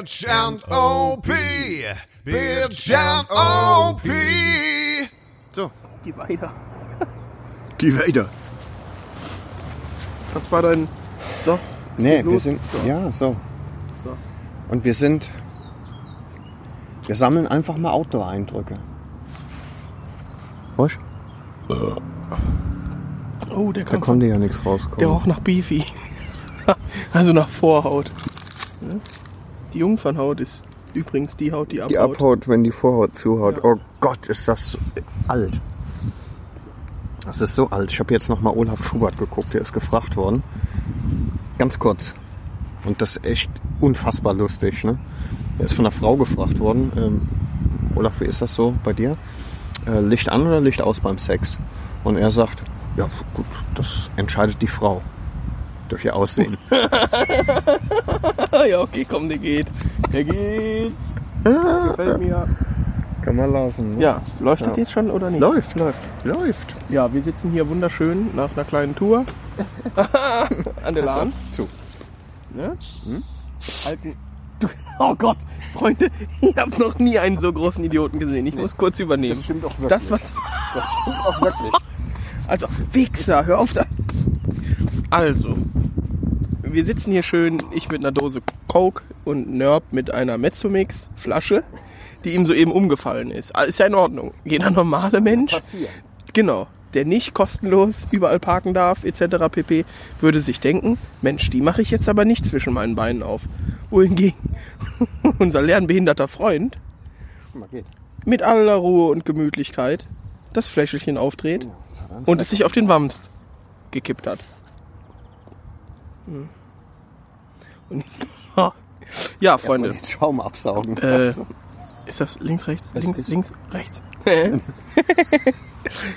Bitch and OP. Bitch and OP. So, Geh weiter. Geh weiter. Das war dein. So. es Nee, geht wir los. sind. So. Ja, so. So. Und wir sind. Wir sammeln einfach mal Outdoor-Eindrücke. Wusch? Oh, der Da kann. konnte ja nichts rauskommen. Der roch nach Beefy. also nach Vorhaut. Ja? Die Jungfernhaut ist übrigens die Haut, die abhaut. die abhaut, wenn die Vorhaut zuhaut. Oh Gott, ist das alt. Das ist so alt. Ich habe jetzt nochmal Olaf Schubert geguckt, der ist gefragt worden. Ganz kurz. Und das ist echt unfassbar lustig. Ne? Der ist von einer Frau gefragt worden. Ähm, Olaf, wie ist das so bei dir? Äh, Licht an oder Licht aus beim Sex? Und er sagt, ja gut, das entscheidet die Frau. Durch ihr Aussehen. Ah, ja, okay, komm, der geht. Der geht. Gefällt mir. Kann man lassen. Ne? Ja, läuft das Ja. jetzt schon oder nicht? Läuft. Läuft. Läuft. Ja, wir sitzen hier wunderschön nach einer kleinen Tour an der Lahn. Zu. Hm? Ne? Halten. Du- Oh Gott, Freunde, ich habe noch nie einen so großen Idioten gesehen. Ich muss kurz übernehmen. Das stimmt auch wirklich. Das, was, Auch wirklich. also, Wichser, hör auf da. Also, wir sitzen hier schön, ich mit einer Dose Coke und Nerb mit einer Mezzomix-Flasche, die ihm soeben umgefallen ist. Ah, Ist ja in Ordnung. Jeder normale Mensch Genau. Der nicht kostenlos überall parken darf, etc. pp. würde sich denken, Mensch, die mache ich jetzt aber nicht zwischen meinen Beinen auf. Wohingegen unser lernbehinderter Freund Guck mal, geht. mit aller Ruhe und Gemütlichkeit das Fläschelchen aufdreht und es sich auf den Wamst gekippt hat. Hm. Und ja, Freunde. Erstmal den Schaum absaugen. Äh, ist das links, rechts? Es Links, ist- links, rechts.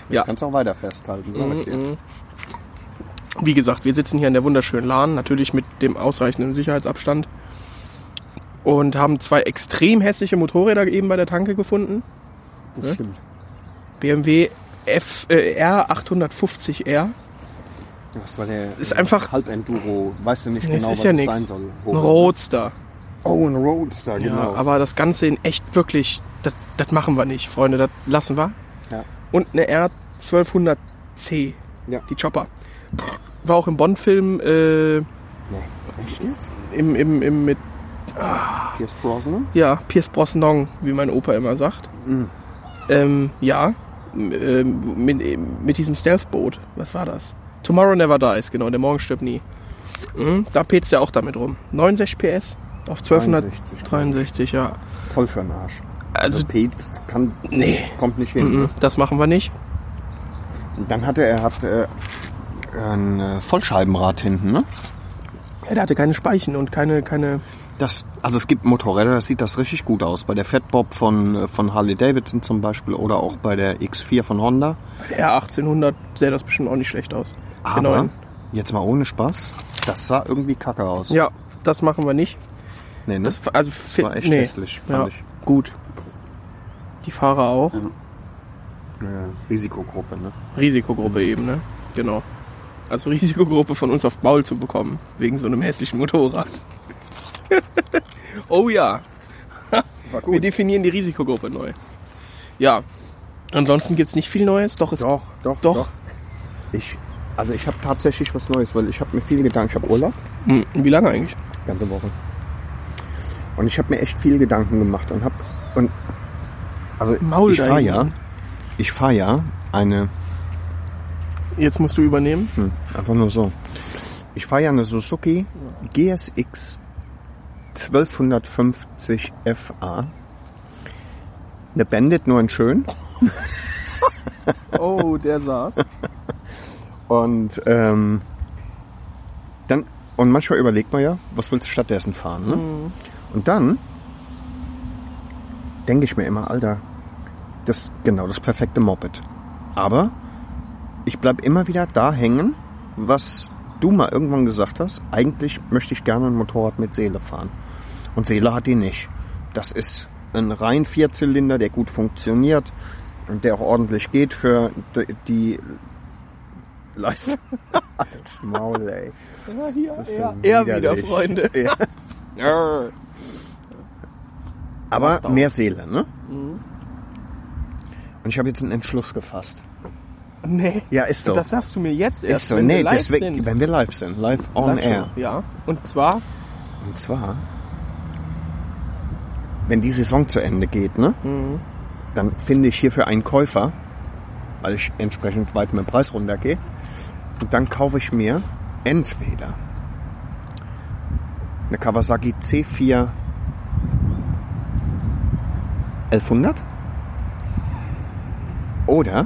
ja. Das kannst du auch weiter festhalten. Mm, So mit dir. Wie gesagt, wir sitzen hier in der wunderschönen Lahn, natürlich mit dem ausreichenden Sicherheitsabstand. Und haben zwei extrem hässliche Motorräder eben bei der Tanke gefunden. Das ne? stimmt. BMW F, äh, R850R. Das war der Ist einfach- Halbenduro. Weißt du nicht Das genau, ist was ja es sein nichts. soll. ne? Ein Roadster. Oh, ein Roadster, genau. Ja, aber das Ganze in echt wirklich, das das machen wir nicht, Freunde, das lassen wir. Ja. Und eine R1200C, Ja. die Chopper. War auch im Bonn-Film äh, Nee. Echt jetzt? im, im, im, mit Pierce Brosnan? Ja, Pierce Brosnan, wie mein Opa immer sagt. Ähm, ja, m- ähm, mit, mit diesem Stealth-Boot. Was war das? Tomorrow Never Dies, genau, der Morgen stirbt nie. Mhm, da petzt er auch damit rum. 69 PS auf 1263, 1263, ja. Voll für den Arsch. Also, Pete kann, nee, kommt nicht hin. mhm, das machen wir nicht. Und Dann hatte er hat, äh, ein äh, Vollscheibenrad hinten, ne? Ja, der hatte keine Speichen und keine, keine, Das, also es gibt Motorräder, das sieht das richtig gut aus. Bei der Fatbob von, äh, von Harley Davidson zum Beispiel oder auch bei der X4 von Honda. ja, 1800 sähe das bestimmt auch nicht schlecht aus. Aber Genau. jetzt mal ohne Spaß, das sah irgendwie kacke aus. Ja, das machen wir nicht. Nee, ne? Das, also, fi- war echt nee. hässlich, fand ich. Gut. Die Fahrer auch. Ja, Risikogruppe, ne? Risikogruppe eben, ne? Genau. Also Risikogruppe von uns auf Maul zu bekommen, wegen so einem hässlichen Motorrad. oh ja. Wir definieren die Risikogruppe neu. Ja. Ansonsten gibt's nicht viel Neues, doch es doch, Doch. Ich, also ich habe tatsächlich was Neues, weil ich habe mir viel Gedanken, ich habe Urlaub, Hm, Wie lange eigentlich? ganze Woche. Und ich habe mir echt viel Gedanken gemacht und habe und also Maul ich fahre dahin. ja, ich fahre ja eine Jetzt musst du übernehmen. Hm, einfach nur so. Ich fahre ja eine Suzuki GSX 1250 FA. Eine Bandit nur in schön. Oh, der saß. Und ähm, dann und manchmal überlegt man ja, was willst du stattdessen fahren? Ne? Und dann denke ich mir immer, Alter, das genau das perfekte Moped. Aber ich bleib immer wieder da hängen, was du mal irgendwann gesagt hast. Eigentlich möchte ich gerne ein Motorrad mit Seele fahren. Und Seele hat die nicht. Das ist ein rein Vierzylinder, der gut funktioniert und der auch ordentlich geht für die- die Leistung. Als Maul, ey. Ja, hier, ist ja er, er wieder, widerlich. Freunde. Ja. Arr. Aber Aufbau. mehr Seele, ne? Mhm. Und ich habe jetzt einen Entschluss gefasst. Nee. Ja, ist so. Das sagst du mir jetzt erst, Ist so, wenn nee, wir live deswegen, sind. wenn wir live sind, live on Live air. Show, Ja, und zwar, Und zwar, wenn die Saison zu Ende geht, ne, dann finde ich hierfür einen Käufer, weil ich entsprechend weit mit dem Preis runtergehe. Und dann kaufe ich mir entweder eine Kawasaki C4 1100 oder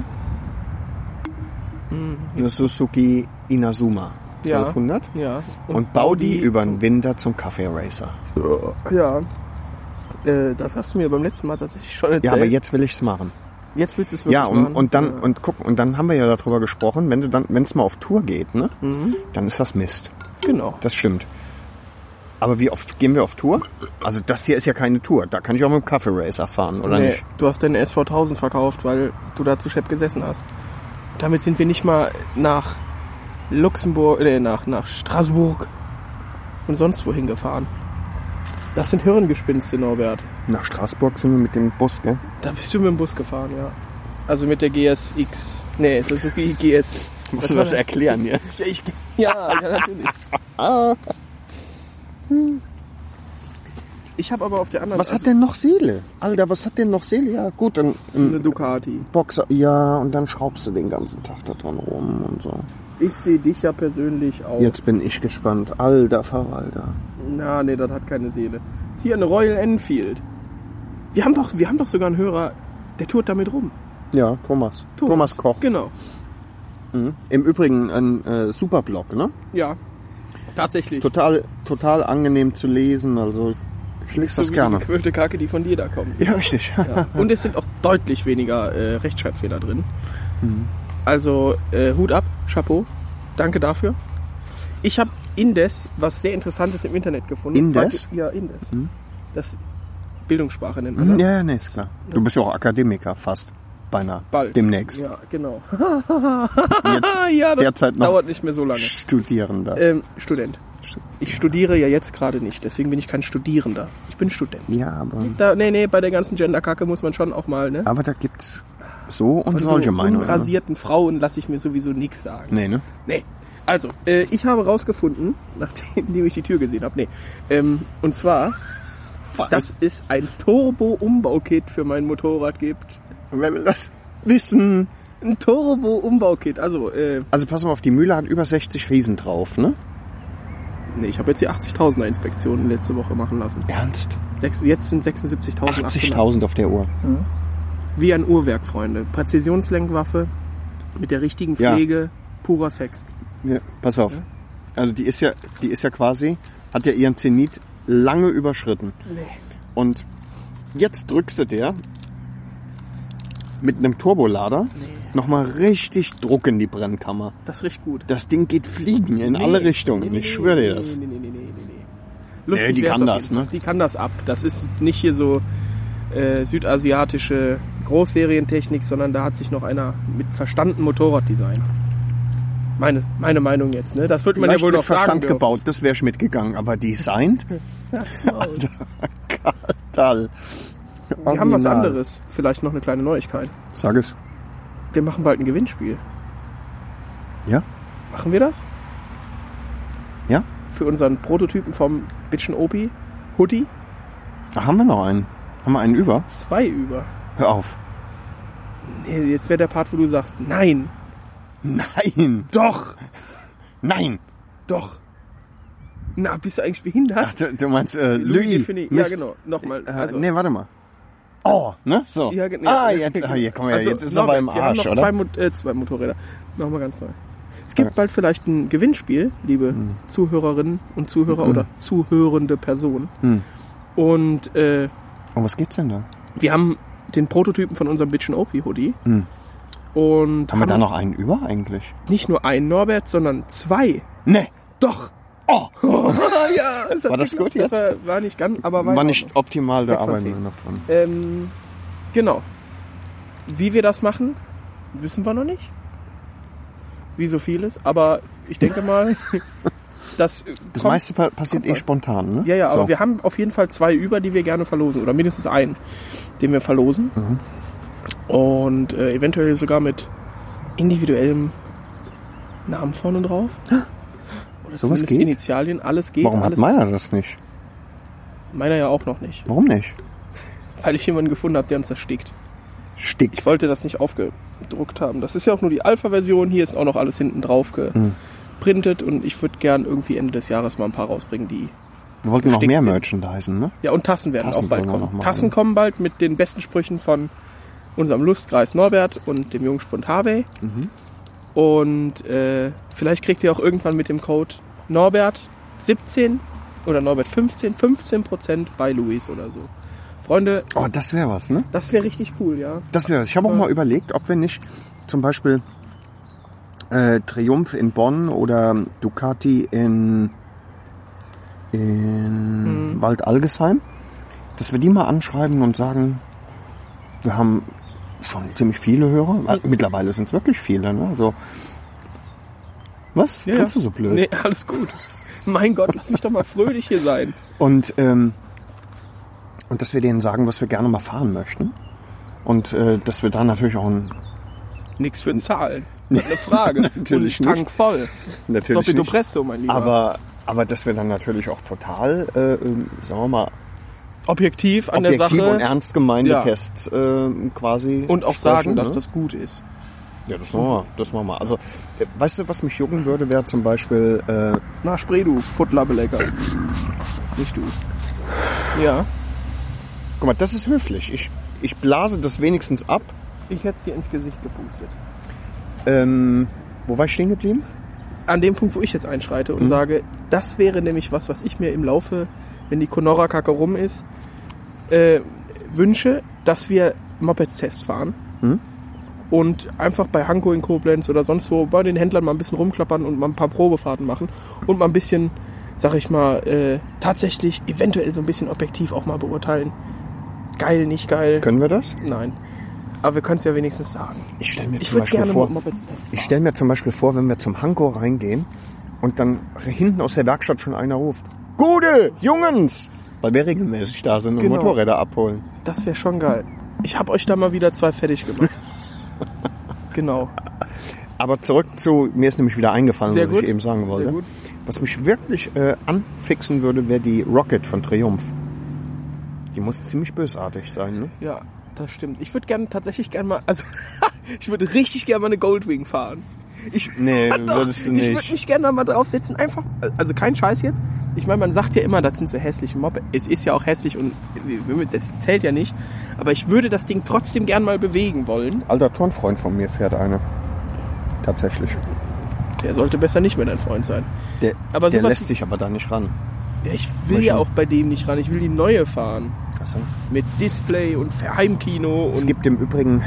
eine Suzuki Inazuma Ja. 1200 ja. und, bau die, über zum- den Winter zum Kaffee Racer. Ja. Äh, das hast du mir beim letzten Mal tatsächlich schon erzählt. Ja, aber jetzt will ich's machen. Jetzt willst du es wirklich Ja, und, machen. und dann Ja. und guck, und dann haben wir ja darüber gesprochen, wenn du dann wenn's mal auf Tour geht, ne? Mhm. Dann ist das Mist. genau. Das stimmt. Aber wie oft gehen wir auf Tour? Also das hier ist ja keine Tour. Da kann ich auch mit dem Kaffee Racer fahren, oder nee, nicht? du hast deine SV1000 verkauft, weil du da zu schepp gesessen hast. Damit sind wir nicht mal nach Luxemburg, äh, nach, nach Straßburg und sonst wohin gefahren. Das sind Hirngespinste, Norbert. Nach Straßburg sind wir mit dem Bus, gell? Da bist du mit dem Bus gefahren, ja. Also mit der GSX. Nee, Suzuki GS. Musst du das erklären jetzt? Ja, ich, ja, ja natürlich. Ich habe aber auf der anderen Was hat denn noch Seele? Alter, was hat denn noch Seele? Ja, gut, dann eine ein Ducati. Boxer. Ja, und dann schraubst du den ganzen Tag da dran rum und so. Ich sehe dich ja persönlich auch. Jetzt bin ich gespannt. Alter Verwalter. Na, nee, das hat keine Seele. Hier eine Royal Enfield. Wir haben doch, wir haben doch sogar einen Hörer, der tourt damit rum. Ja, Thomas. Thomas, Koch. Mhm. Genau. Im Übrigen ein äh, super Blog, ne? Ja. Tatsächlich. Total, total angenehm zu lesen. Also ich lese das so wie Die gerne. gequirlte Kacke, die von dir da kommt. Ja, richtig. Ja. Und es sind auch deutlich weniger äh, Rechtschreibfehler drin. Hm. Also äh, Hut ab, Chapeau, danke dafür. Ich habe Indes was sehr Interessantes im Internet gefunden. Indes? Zwar- ja, Indes. Das Bildungssprache nennt man Mhm, das. ja, ja, nee, ist klar. Du bist ja auch Akademiker fast. Beinahe. Bald. Demnächst. Ja, genau. Jetzt ja, das derzeit noch dauert nicht mehr so lange. Studierender. Ähm, Student. Stu- Ich studiere ja jetzt gerade nicht, deswegen bin ich kein Studierender. Ich bin Student. Ja, aber, Da, nee, nee, bei der ganzen Genderkacke muss man schon auch mal, ne? aber da gibt's so und Von so solche Meinungen. Ne? rasierten Frauen lasse ich mir sowieso nichts sagen. Nee, ne? Nee. Also, äh, ich habe rausgefunden, nachdem ich die Tür gesehen habe, nee. Ähm, und zwar, dass es ein Turbo-Umbau-Kit für mein Motorrad gibt. Wer will das wissen? Ein Turbo-Umbau-Kit. Also, äh, Also pass mal auf, die Mühle hat über 60 Riesen drauf, ne? nee, ich habe jetzt die 80.000er Inspektionen letzte Woche machen lassen. Ernst? Sechs, jetzt sind 76.800. 80.000 auf der Uhr. Wie ein Uhrwerk, Freunde. Präzisionslenkwaffe mit der richtigen Ja. Pflege, purer Sex. Ja, pass auf. Also die ist ja, die ist ja quasi, hat ja ihren Zenit lange überschritten. Und jetzt drückst du der mit einem Turbolader nochmal richtig Druck in die Brennkammer. Das riecht gut. Das Ding geht fliegen in alle Richtungen. ich schwöre dir das. Nee, nee, nee, nee, nee, nee. Nee, die wär's kann auf das, jeden ne? Fall. Die kann das ab. Das ist nicht hier so äh, südasiatische Großserientechnik, sondern da hat sich noch einer mit verstanden Motorraddesign. Meine, meine Meinung jetzt, ne? Das wird man ja Vielleicht wohl noch mit Verstand sagen dürfen. gebaut, das wäre ich mitgegangen, aber designt? Alter, Kartal. Wir haben was anderes. Vielleicht noch eine kleine Neuigkeit. Sag es. Wir machen bald ein Gewinnspiel. Ja? Machen wir das? Ja? Für unseren Prototypen vom Bitchen Opi Hoodie Da haben wir noch einen. Haben wir einen über? 2 über. Hör auf. Nee, jetzt wäre der Part, wo du sagst, nein, Nein! doch, Nein! Doch. Na, bist du eigentlich behindert? Ach, du, du meinst äh, Louis? Defini- Mist. Ja, genau. Nochmal. Äh, Also, nee, warte mal. Oh, ne? So. ja, ge- ah, ja, jetzt, ah, hier, komm her, Also, jetzt ist er Norbert, aber im wir haben Arsch, noch oder? Zwei, Mot äh, zwei Motorräder. Nochmal ganz neu. Es gibt bald vielleicht ein Gewinnspiel, liebe Hm. Zuhörerinnen und Zuhörer oder zuhörende Personen. Mhm. Und äh, Um was geht's denn da? wir haben den Prototypen von unserem Bitchin' Opie Hoodie. Mhm. Und Haben wir da noch einen über eigentlich? nicht nur einen Norbert, sondern zwei. Nee. Doch. Oh, ja, es hat War das geklappt. gut jetzt? Das war, war nicht ganz, aber war in war Ordnung. nicht optimal, da Sechs von arbeiten wir zehn. noch dran. Ähm, genau. Wie wir das machen, wissen wir noch nicht. Wie so vieles, aber ich denke mal, Das, äh, Das kommt- meiste pa passiert eh spontan, ne? Ja, ja, so. aber wir haben auf jeden Fall zwei über, die wir gerne verlosen. Oder mindestens einen, den wir verlosen. Mhm. Und äh, eventuell sogar mit individuellem Namen vorne drauf. Oder Sowas zumindest geht? Initialien, alles geht. Warum hat eh alles meiner das nicht? meiner ja auch noch nicht. Warum nicht? Weil ich jemanden gefunden habe, der uns erstickt. Stickt. Ich wollte das nicht aufgedruckt haben. Das ist ja auch nur die Alpha-Version. Hier ist auch noch alles hinten drauf Hm. geprintet. Und ich würde gern irgendwie Ende des Jahres mal ein paar rausbringen, die Wir wollten noch Stickt mehr sind. Merchandisen, ne? Ja, und Tassen werden Tassen auch bald können wir kommen. noch machen. ne? Tassen kommen bald mit den besten Sprüchen von unserem Lustkreis Norbert und dem Jungspund Harvey. Mhm. Und äh, vielleicht kriegt ihr auch irgendwann mit dem Code Norbert 17 oder Norbert 15, 15% bei Luis oder so. Freunde, Oh, das wäre was, ne? das wäre richtig cool, ja. Das wäre was. Ich habe auch mal überlegt, ob wir nicht zum Beispiel äh, Triumph in Bonn oder Ducati in, in Mhm. Waldalgesheim, dass wir die mal anschreiben und sagen, wir haben schon ziemlich viele Hörer. Äh, Mittlerweile sind es wirklich viele, ne? Also, was? ja Kannst ja. du so blöd? Nee, alles gut. mein Gott, lass mich doch mal fröhlich hier sein. Und, ähm, und dass wir denen sagen, was wir gerne mal fahren möchten. Und äh, dass wir da natürlich auch ein... Nix für Zahlen. Eine Frage. Natürlich und nicht. Tank voll. Natürlich Soppito nicht. Presto, mein Lieber. Aber, aber dass wir dann natürlich auch total, äh, ähm, sagen wir mal, objektiv an der objektiv Sache. und ernst gemeinte Ja. Tests ähm, quasi Und auch sagen, sprechen, dass ne? das gut ist. Ja, das machen wir. Das machen wir. Also, äh, weißt du, was mich jucken würde, wäre zum Beispiel... Äh, Na, spreh du, Futtlabbelecker. Nicht du. Ja, guck mal, das ist höflich. Ich, ich blase das wenigstens ab. ich hätte dir ins Gesicht gepustet. Ähm, wo war ich stehen geblieben? An dem Punkt, wo ich jetzt einschreite Mhm. und sage, das wäre nämlich was, was ich mir im Laufe, wenn die Conora-Kacke rum ist, äh, wünsche, dass wir Mopeds-Test fahren. Mhm. Und einfach bei Hanko in Koblenz oder sonst wo bei den Händlern mal ein bisschen rumklappern und mal ein paar Probefahrten machen und mal ein bisschen, sag ich mal, äh, tatsächlich eventuell so ein bisschen objektiv auch mal beurteilen. Geil, nicht geil. Können wir das? Nein. Aber wir können es ja wenigstens sagen. Ich stelle mir Ich zum würde Beispiel gerne vor... mit Mopeds testen. Ich stelle mir zum Beispiel vor, wenn wir zum Hanko reingehen und dann hinten aus der Werkstatt schon einer ruft, Gute Jungens! Weil wir regelmäßig da sind und Genau. Motorräder abholen. Das wäre schon geil. Ich habe euch da mal wieder zwei fertig gemacht. genau. Aber zurück zu, mir ist nämlich wieder eingefallen, Sehr was gut. ich eben sagen Sehr wollte. gut. Was mich wirklich äh, anfixen würde, wäre die Rocket von Triumph. Die muss ziemlich bösartig sein, ne? Ja, das stimmt. Ich würde gerne tatsächlich gerne mal, also ich würde richtig gerne mal eine Goldwing fahren. Ich, Nee, Doch, würdest du Ich nicht. würde mich gerne da mal draufsetzen. Einfach, also kein Scheiß jetzt. Ich meine, man sagt ja immer, das sind so hässliche Moped. Es ist ja auch hässlich und das zählt ja nicht. Aber ich würde das Ding trotzdem gern mal bewegen wollen. Alter Turnfreund von mir fährt eine. Tatsächlich. Der sollte besser nicht mehr dein Freund sein. Der, Aber der sowas- lässt sich aber da nicht ran. Ja, ich will ja auch bei dem nicht ran. Ich will die neue fahren. Also, Mit Display und Heimkino und es gibt im Übrigen,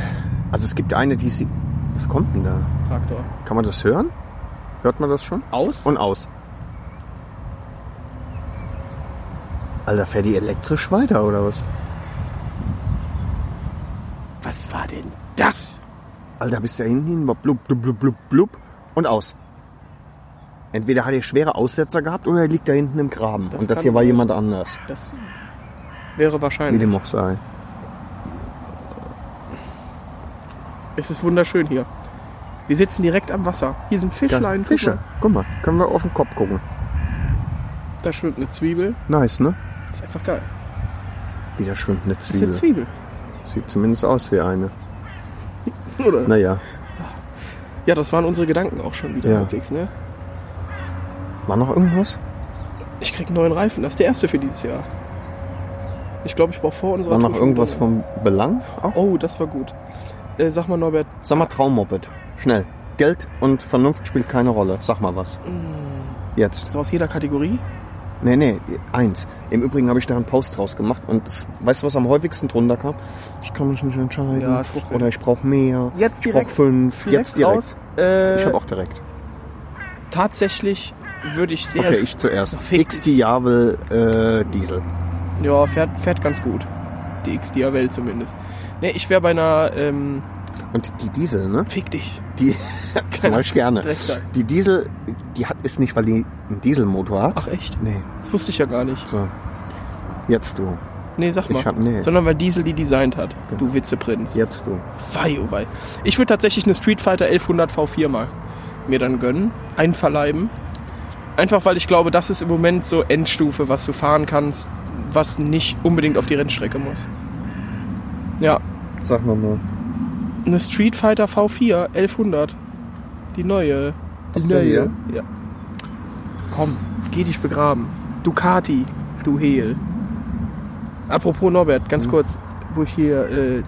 also es gibt eine, die sie. Was kommt denn da? Traktor. Kann man das hören? Hört man das schon? Aus? Und aus. Alter, fährt die elektrisch weiter oder was? Was war denn das? Alter, bis da hinten hin war blub, blub, blub, blub, blub und aus. Entweder hat er schwere Aussetzer gehabt oder er liegt da hinten im Graben. Das und das kann hier war sein. jemand anders. Das wäre Wie wahrscheinlich. dem auch sei. Es ist wunderschön hier. Wir sitzen direkt am Wasser. Hier sind Ja, Fischlein. guck Fische. Guck mal, können wir auf den Kopf gucken. mal. Da schwimmt eine Zwiebel. Nice, ne? Das ist einfach geil. Wieder schwimmt eine Das ist eine Zwiebel. Zwiebel. Sieht zumindest aus wie eine. Oder? Naja, Ja, das waren unsere Gedanken auch schon wieder Ja. halbwegs, ne? war noch irgendwas? Ich krieg einen neuen Reifen. Das ist der erste für dieses Jahr. Ich glaube, ich brauche vor unserer War noch Tour schon irgendwas wieder- vom Belang? Auch? Oh, das war gut. Äh, sag mal, Norbert, Sag mal Traummoped. Schnell. Geld und Vernunft spielt keine Rolle. Sag mal was. Jetzt. so aus jeder Kategorie? Nee, nee, eins. Im Übrigen habe ich da einen Post draus gemacht und das, weißt du, was am häufigsten drunter kam? Ich kann mich nicht entscheiden. Ja, Schwuchtel. Oder ich brauche mehr. Jetzt ich direkt- brauche fünf. Jetzt direkt. raus? Äh, Ich habe auch direkt. Tatsächlich würde ich sehr. Okay, ich zuerst. Fick X die Javel äh, Diesel. Ja, fährt, fährt ganz gut. Die XDR-Welt zumindest. Ne, ich wäre bei einer ähm, Und die Diesel, ne? Fick dich. Die zum Beispiel gerne. Drecksack. Die Diesel, die hat, ist nicht, weil die einen Dieselmotor hat. Ach echt? Nee, Das wusste ich ja gar nicht. so. Jetzt du. Nee, sag mal. Ich hab- nee. Genau. Sondern weil Diesel die designt hat. Du Witzeprinz. Jetzt du. Wei, oh wei. Ich würde tatsächlich eine Street Fighter 1100 V4 mal mir dann gönnen, einverleiben. Einfach weil ich glaube, das ist im Moment so Endstufe, was du fahren kannst, was nicht unbedingt auf die Rennstrecke muss. Ja, Sag mal mal. eine Street Fighter V4 1100. Die neue. Die neue? Ja. Komm, geh dich begraben. Ducati, du Hehl. Apropos Norbert, ganz kurz, wo ich hier äh,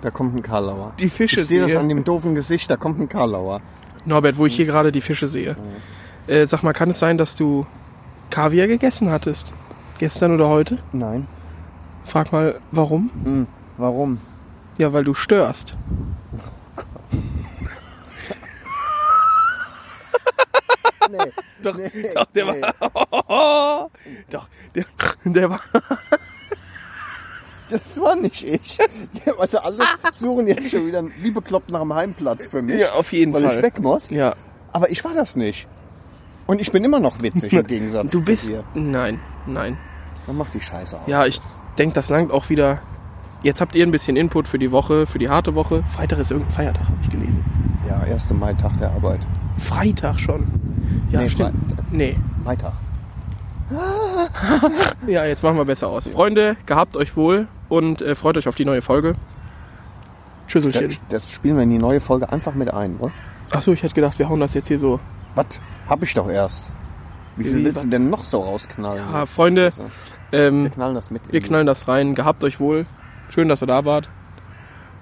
Da kommt ein Karlauer. Die Fische Ich sehe das sehe. an dem doofen Gesicht, da kommt ein Karlauer. Norbert, wo ich hier gerade die Fische sehe. Äh, sag mal, kann es sein, dass du Kaviar gegessen hattest? Gestern oder heute? Nein. Frag mal, warum? Hm. Warum? Ja, weil du störst. Nee. Doch, nee, doch der nee. Doch, der, der war. Das war nicht ich. Ja, weißt du, alle suchen jetzt schon wieder wie bekloppt nach einem Heimplatz für mich. Ja, auf jeden weil Fall. ich weg muss. Ja. Aber ich war das nicht. Und ich bin immer noch witzig im Gegensatz Du bist. zu dir. Nein, nein. Dann mach die Scheiße aus. Ja, ich denke, das langt auch wieder. Jetzt habt ihr ein bisschen Input für die Woche, für die harte Woche. Freitag ist irgendein Feiertag, habe ich gelesen. Ja, 1. Mai, Tag der Arbeit. Freitag schon. Ja, Nee, stimmt. Freitag. Nee. Maitag. Ja, jetzt machen wir besser aus. Freunde, gehabt euch wohl und äh, freut euch auf die neue Folge. Schüsselchen. Das, das spielen wir in die neue Folge einfach mit ein, oder? Achso, ich hätte gedacht, wir hauen das jetzt hier so. Was? Hab ich doch erst. Wie viel Wie, willst du was? denn noch so rausknallen? Ah, Freunde, ähm, knallen das mit. wir in- knallen das rein. Gehabt euch wohl. Schön, dass ihr da wart.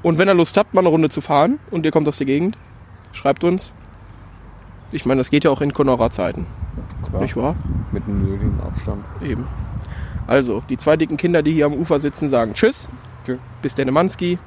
Und wenn ihr Lust habt, mal eine Runde zu fahren und ihr kommt aus der Gegend, schreibt uns. Ich meine, das geht ja auch in Conora-Zeiten, Klar, nicht wahr? mit einem nötigen Abstand. Eben. Also, die zwei dicken Kinder, die hier am Ufer sitzen, sagen Tschüss. Tschö. Bis Dänemanski.